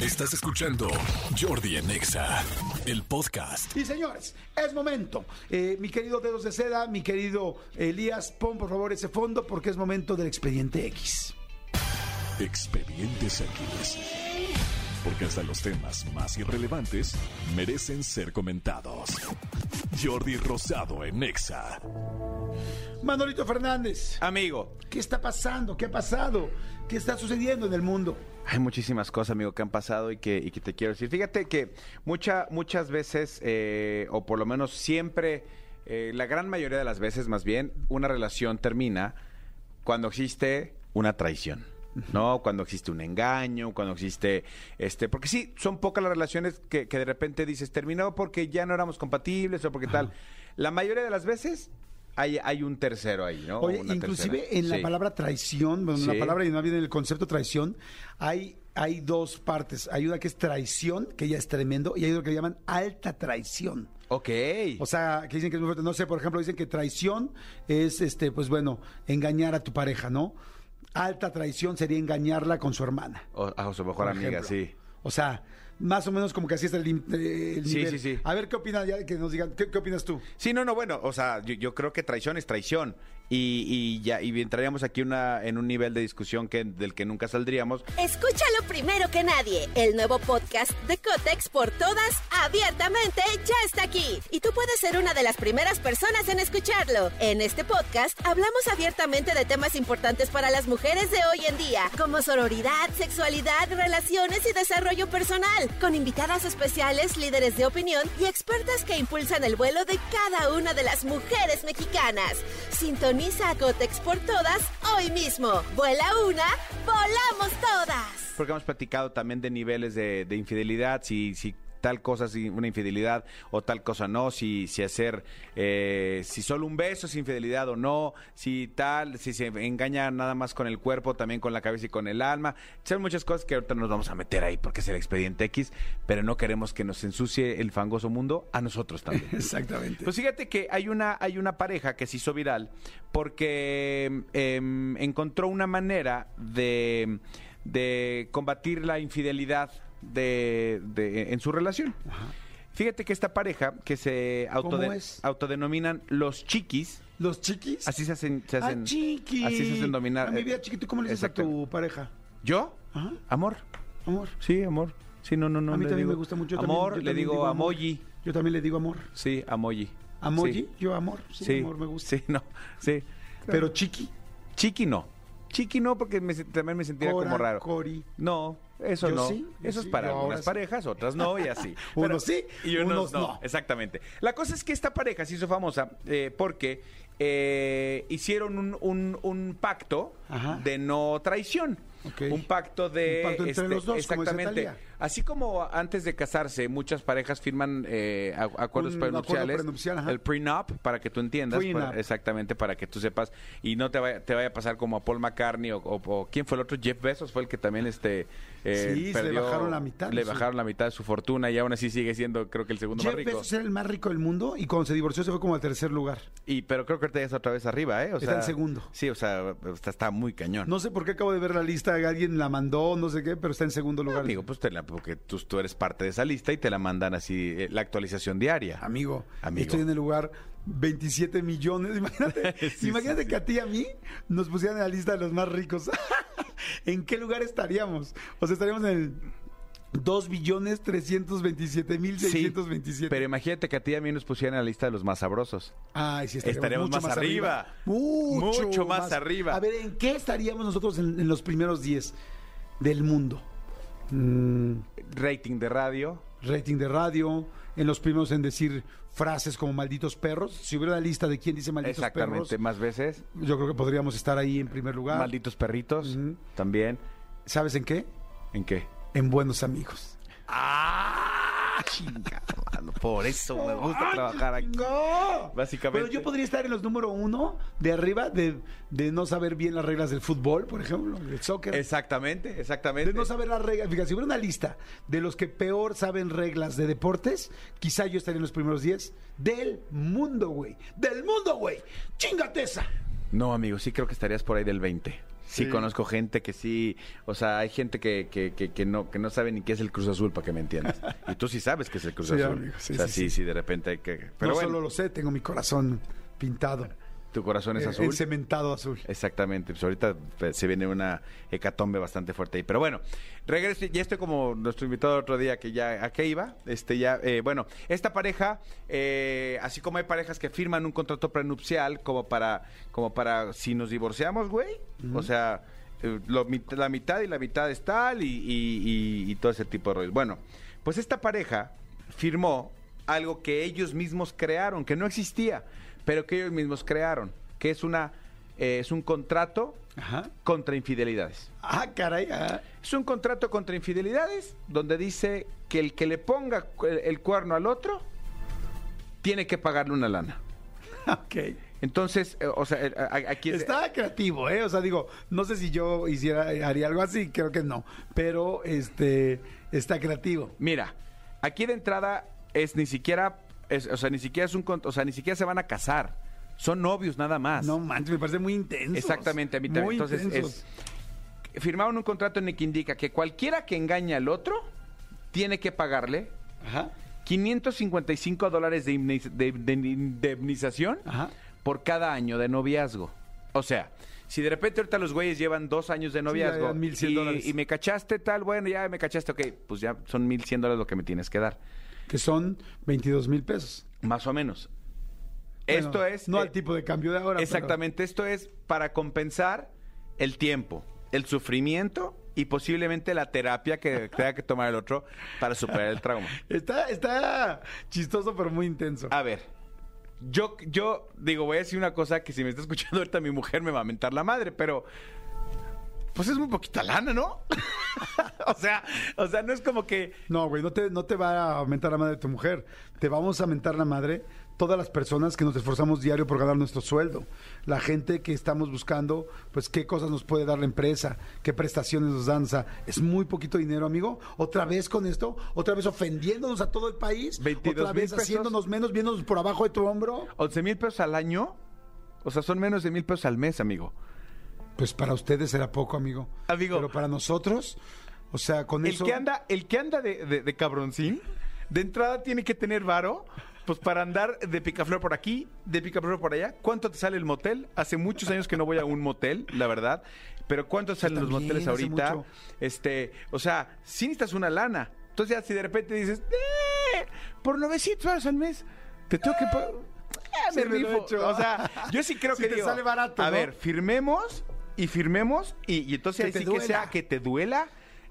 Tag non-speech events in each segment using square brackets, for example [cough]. Estás escuchando Jordi Anexa, el podcast. Y señores, es momento. Eh, mi querido Dedos de Seda, mi querido Elías, pon por favor ese fondo porque es momento del expediente X. Expedientes X. Porque hasta los temas más irrelevantes merecen ser comentados. Jordi Rosado en Exa. Manolito Fernández, Amigo, ¿qué está pasando? ¿Qué ha pasado? ¿Qué está sucediendo en el mundo? hay muchísimas cosas, amigo, que han pasado y que, y que te quiero decir. Fíjate que mucha, muchas veces, eh, o por lo menos siempre, eh, la gran mayoría de las veces más bien, una relación termina cuando existe una traición. ¿No? Cuando existe un engaño, cuando existe este. Porque sí, son pocas las relaciones que, que de repente dices terminó porque ya no éramos compatibles o porque tal. La mayoría de las veces hay, hay un tercero ahí, ¿no? Oye, Oh, Una inclusive tercera. en la Sí. palabra traición, bueno, en la Sí. palabra y no bien en el concepto traición, hay, hay dos partes. Hay una que es traición, que ya es tremendo, y hay otra que le llaman alta traición. Ok. O sea, que dicen que es muy fuerte. No sé, por ejemplo, dicen que traición es, este, pues bueno, engañar a tu pareja, ¿no? Alta traición sería engañarla con su hermana. O- a su mejor por amiga, ejemplo. sí. O sea, más o menos como que así está el, lim- eh, el Sí, nivel. sí, sí. A ver, ¿qué opinas? Ya que nos digan, ¿qué, qué opinas [laughs] tú? Sí, no, no, bueno, o sea, yo, yo creo que traición es traición. Y, y ya, y entraríamos aquí una, en un nivel de discusión que, del que nunca saldríamos. Escúchalo primero que nadie. El nuevo podcast de Cotex por todas, abiertamente, ya está aquí. Y tú puedes ser una de las primeras personas en escucharlo. En este podcast hablamos abiertamente de temas importantes para las mujeres de hoy en día, como sororidad, sexualidad, relaciones y desarrollo personal, con invitadas especiales, líderes de opinión y expertas que impulsan el vuelo de cada una de las mujeres mexicanas. Sintoniza a Cotex por todas hoy mismo. Vuela una, volamos todas. Porque hemos platicado también de niveles de, de infidelidad, si, si tal cosa es una infidelidad o tal cosa no, si, si hacer, eh, si solo un beso es infidelidad o no, si tal, si se engaña nada más con el cuerpo, también con la cabeza y con el alma. Son muchas cosas que ahorita nos vamos a meter ahí porque es el expediente X, pero no queremos que nos ensucie el fangoso mundo a nosotros también. Exactamente. Pues fíjate que hay una, hay una pareja que se hizo viral porque em, encontró una manera de, de combatir la infidelidad de, de- en su relación. Fíjate que esta pareja que se autode- ¿Cómo es? autodenominan los chiquis, ¿Los chiquis? así se hacen, se hacen- ah, chiqui. así se hacen dominar. A mi vida chiqui, ¿tú cómo le dices a Exacto. tu pareja? ¿Yo? Ajá. Amor. Amor. Sí, amor. Sí, no, no, no. a mí le también digo- me gusta mucho. yo también- Amor, yo le también digo, amor. amoyi. Yo también le digo amor. Sí, amoyi. Amoyi, Sí. yo amor. Sí, amor me gusta. Sí, no, sí. Pero chiqui. Chiqui no. Chiqui no, porque me- también me sentía Cora, como raro. Cori. No, eso Yo no. sí, yo eso sí, es para yo ahora algunas sí. parejas, otras no, y así. [laughs] Unos sí, y unos, unos no. no. Exactamente. La cosa es que esta pareja se hizo famosa eh, porque eh, hicieron un, un- un pacto Ajá. de no traición. Ok. Un pacto de. este, Un pacto entre los dos, como dice exactamente. Thalía. Así como antes de casarse, muchas parejas firman eh, a- acuerdos Un acuerdo prenupciales. prenupcial, ajá. el prenup, para que tú entiendas. Prenup. para- Exactamente, para que tú sepas y no te vaya, te vaya a pasar como a Paul McCartney o, o- o quién fue el otro, Jeff Bezos fue el que también este eh, Sí, se le bajaron la mitad de le su- bajaron la mitad de su fortuna y aún así sigue siendo creo que el segundo Jeff más rico. Bezos era el más rico del mundo y cuando se divorció se fue como al tercer lugar. Y pero creo que ahorita ya está otra vez arriba, ¿eh? O Está sea, en segundo. Sí, o sea, está, está muy cañón. No sé por qué acabo de ver la lista, alguien la mandó, no sé qué, pero está en segundo lugar. Amigo, pues te la- porque tú, tú eres parte de esa lista y te la mandan así eh, la actualización diaria. Amigo, Amigo. estoy en el lugar 27 millones. [laughs] Imagínate, [laughs] Sí, imagínate sí, sí. que a ti y a mí nos pusieran en la lista de los más ricos. [laughs] ¿En qué lugar estaríamos? O sea, estaríamos en el 2 billones 327 mil Sí, 627. Pero imagínate que a ti y a mí nos pusieran en la lista de los más sabrosos. Ay, sí, estaríamos, Estaremos mucho más arriba. Mucho, Mucho más arriba. A ver, ¿en qué estaríamos nosotros en, en los primeros 10 del mundo? Mm, Rating de radio. rating de radio, en los primeros en decir frases como malditos perros. Si hubiera la lista de quién dice malditos exactamente, perros, más veces. yo creo que podríamos estar ahí en primer lugar. Malditos perritos. Ujú. También. ¿Sabes en qué? ¿En qué? en buenos amigos. ¡Ah! [laughs] Chinga, mano, Por eso me gusta ¡Ay, trabajar aquí. ¡No! Básicamente. Pero yo podría estar en los número uno de arriba de, de no saber bien las reglas del fútbol, por ejemplo, del soccer. Exactamente, exactamente. De no saber las reglas. Fíjate, si hubiera una lista de los que peor saben reglas de deportes, quizá yo estaría en los primeros 10 del mundo, güey. Del mundo, güey. Chingate esa. No, amigo, sí creo que estarías por ahí del 20. Sí, Sí. conozco gente que sí, o sea, hay gente que, que, que- que no, que no sabe ni qué es el Cruz Azul, para que me entiendas. Y tú sí sabes qué es el Cruz Sí, Azul. amigo, sí, o sea, sí, sí, sí. sí, de repente hay que... Pero no bueno, solo lo sé, tengo mi corazón pintado. tu corazón es eh, azul. Encementado azul. Exactamente, pues ahorita pues, se viene una hecatombe bastante fuerte ahí. Pero bueno, regreso, ya estoy como nuestro invitado del otro día, que ya, ¿a qué iba? Este ya, eh, bueno, esta pareja, eh, así como hay parejas que firman un contrato prenupcial como para, como para si nos divorciamos, güey, o sea, eh, lo mit- la mitad y la mitad es tal y, y- y- y todo ese tipo de rollos. Bueno, pues esta pareja firmó algo que ellos mismos crearon, que no existía, pero que ellos mismos crearon, que es una eh, es un contrato Ajá. contra infidelidades. Ah, caray. ah. [laughs] Es un contrato contra infidelidades donde dice que el que le ponga cu- el, el cuerno al otro tiene que pagarle una lana. Ok. Entonces, eh, o sea, eh, a- a- aquí es- Está creativo, ¿eh? O sea, digo, no sé si yo hiciera, haría algo así, creo que no. Pero, este, está creativo. Mira, aquí de entrada es ni siquiera, es- o sea, ni siquiera es un, cont- o sea, ni siquiera se van a casar. Son novios nada más. No manches, me parece muy intenso. Exactamente, a mí también. Entonces, es- firmaron un contrato en el que indica que cualquiera que engañe al otro tiene que pagarle Ajá. 555 dólares de, indemniz- de- de indemnización Ajá. por cada año de noviazgo. O sea, si de repente ahorita los güeyes llevan dos años de noviazgo llevan 1100 dólares. y, y me cachaste tal, bueno, ya me cachaste, ok, pues ya son 1100 dólares lo que me tienes que dar, que son 22 mil pesos. más o menos. Bueno, Esto es... No eh, al tipo de cambio de ahora. pero- Exactamente, esto es para compensar el tiempo, el sufrimiento y posiblemente la terapia que tenga que tomar el otro para superar [laughs] el trauma. Está, está chistoso, pero muy intenso. A ver, yo, yo digo, voy a decir una cosa que si me está escuchando [laughs] ahorita mi mujer me va a mentar la madre, pero pues es muy poquita lana, ¿no? [laughs] o sea, o sea, no es como que No, güey, no te, no te va a aumentar la madre de tu mujer. Te vamos a aumentar la madre todas las personas que nos esforzamos diario por ganar nuestro sueldo. La gente que estamos buscando, pues qué cosas nos puede dar la empresa, qué prestaciones nos dan. O sea, es muy poquito dinero, amigo. Otra vez con esto, otra vez ofendiéndonos a todo el país, 22,000 otra vez pesos. haciéndonos menos, viéndonos por abajo de tu hombro. 11 mil pesos al año, o sea, son menos de mil pesos al mes, amigo. Pues para ustedes será poco, amigo. Amigo. Pero para nosotros, o sea, con El eso. que anda, el que anda de, de- de cabroncín, de entrada tiene que tener varo, pues para andar de picaflor por aquí, de picaflor por allá. ¿Cuánto te sale el motel? Hace muchos años que no voy a un motel, la verdad. Pero ¿cuánto salen los también, moteles hace ahorita? mucho. Este, o sea, sí necesitas una lana. Entonces ya si de repente dices, "Eh, por 900 varos al mes, te tengo que pagar. Sí Eh, me lo he hecho. O sea, yo sí [laughs] creo Sí que te digo, sale barato, A ¿no? ver, firmemos y firmemos y, y entonces Que ahí te sí que duela. sea que te duela.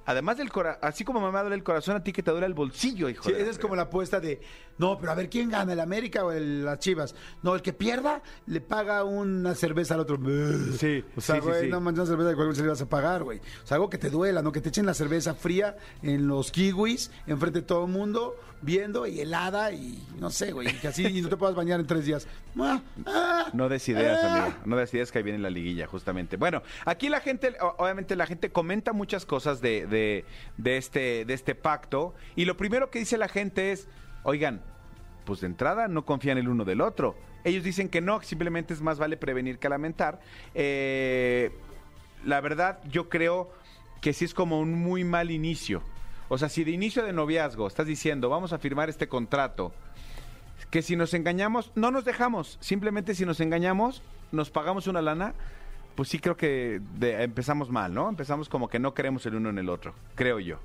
Además del corazón, así como me duele el corazón, a ti que te duele el bolsillo, hijo. Sí, de la esa es fregada. como la apuesta de, no, pero a ver, ¿quién gana, el América o el- las Chivas? No, el que pierda le paga una cerveza al otro. Sí, o sea, sí, sí, güey, sí. no manches, una cerveza de cualquier se le vas a pagar, güey. O sea, algo que te duela, ¿no? Que te echen la cerveza fría en los kiwis, enfrente de todo el mundo, viendo y helada y no sé, güey, y que así y no te puedas bañar en tres [laughs] días. Ah, ah, No des ideas, ah. amigo. No des ideas que ahí viene la liguilla, justamente. Bueno, aquí la gente, o- obviamente la gente comenta muchas cosas de, de- de este, de este pacto. Y lo primero que dice la gente es, oigan, pues de entrada no confían el uno del otro. Ellos dicen que no, que simplemente es más vale prevenir que lamentar. Eh, la verdad, yo creo que sí es como un muy mal inicio. O sea, si de inicio de noviazgo estás diciendo, vamos a firmar este contrato, que si nos engañamos, no nos dejamos. Simplemente si nos engañamos, nos pagamos una lana. Pues sí creo que de- empezamos mal, ¿no? Empezamos como que no queremos el uno en el otro, creo yo.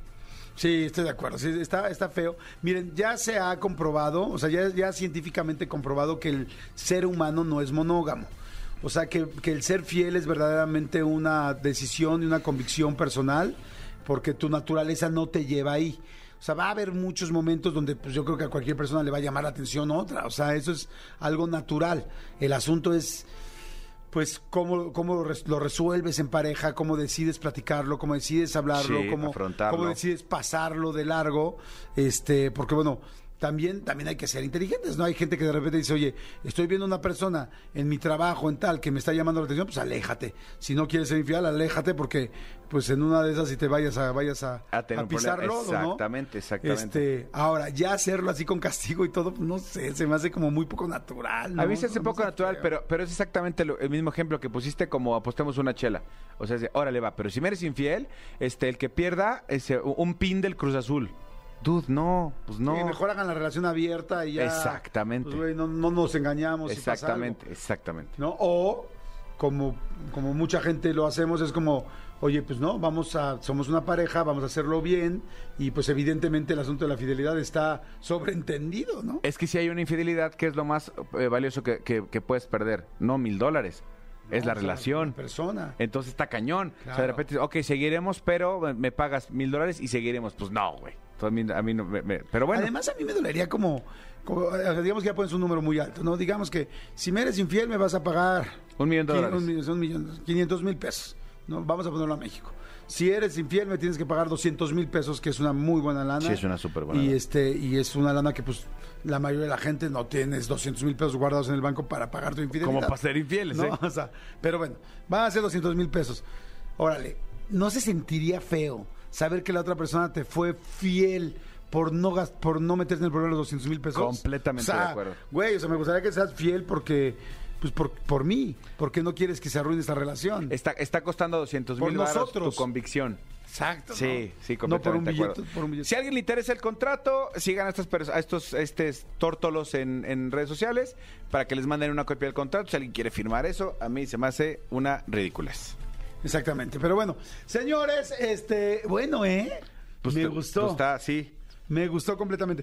Sí, estoy de acuerdo. Sí, está, está feo. Miren, ya se ha comprobado, o sea, ya, ya científicamente comprobado que el ser humano no es monógamo. O sea, que, que el ser fiel es verdaderamente una decisión y una convicción personal, porque tu naturaleza no te lleva ahí. O sea, va a haber muchos momentos donde pues, yo creo que a cualquier persona le va a llamar la atención otra. O sea, eso es algo natural. El asunto es pues cómo, cómo lo resuelves en pareja, cómo decides platicarlo, cómo decides hablarlo, Sí, cómo, afrontarlo. cómo decides pasarlo de largo, este, porque bueno, también, también hay que ser inteligentes, ¿no? Hay gente que de repente dice, oye, estoy viendo una persona en mi trabajo, en tal, que me está llamando la atención, pues aléjate. Si no quieres ser infiel, aléjate, porque pues en una de esas si te vayas a, vayas a, A tener un pisar problema. lodo, ¿no? Exactamente, exactamente. Este, ahora, ya hacerlo así con castigo y todo, pues, no sé, se me hace como muy poco natural. A ¿no? mí se hace No poco sé, natural, creo. pero, pero es exactamente lo- el mismo ejemplo que pusiste como apostemos una chela. O sea, es de, órale va, pero si me eres infiel, este, el que pierda ese, u- un pin del Cruz Azul. Dude, no, pues no. Sí, mejor hagan la relación abierta y ya. Exactamente. Pues, güey, no, no nos engañamos. si pasa algo, exactamente, exactamente. ¿no? O, como, como mucha gente lo hacemos, es como, oye, pues no, vamos a, somos una pareja, vamos a hacerlo bien. Y pues evidentemente el asunto de la fidelidad está sobreentendido, ¿no? Es que si hay una infidelidad, ¿qué es lo más eh, valioso que, que- que puedes perder? No mil dólares, es la O sea, relación. la persona. Entonces está cañón. O sea, de Claro. repente, ok, seguiremos, pero me- me pagas mil dólares y seguiremos. Pues no, güey. Entonces, A mí, a mí no me- me- pero bueno. Además, a mí me dolería como, como, eh, digamos que ya pones un número muy alto, ¿no? Digamos que si me eres infiel me vas a pagar... Un millón de qui- dólares. Un, millón- son millón- 500 mil pesos, ¿no? Vamos a ponerlo a México. Si eres infiel me tienes que pagar 200 mil pesos, que es una muy buena lana. Sí, es una superbuena Y lana. este y es una lana que pues la mayoría de la gente no tienes 200 mil pesos guardados en el banco para pagar tu infidelidad. Como para ser infieles, ¿no? ¿eh? [laughs] O sea, pero bueno, van a ser 200 mil pesos. Órale, ¿no se sentiría feo saber que la otra persona te fue fiel por no gas- por no meterte en el problema de los 200 mil pesos? Completamente O sea, de acuerdo. Güey, o sea, me gustaría que seas fiel porque, pues por, por mí, porque no quieres que se arruine esta relación. Está, está costando 200 Por mil baros tu nosotros. convicción. Exacto. Sí, ¿no? sí, No por un completamente de billete, acuerdo. por un billete. Si a alguien le interesa el contrato, sigan a, estas perso- a estos estes tórtolos en, en redes sociales para que les manden una copia del contrato. Si alguien quiere firmar eso, a mí se me hace una ridiculez. Exactamente, pero bueno, señores, este, bueno, ¿eh? me gustó, Pues está así. me gustó completamente.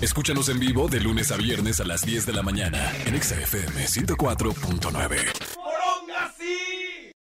Escúchanos en vivo de lunes a viernes a las 10 de la mañana en Exa FM 104.9.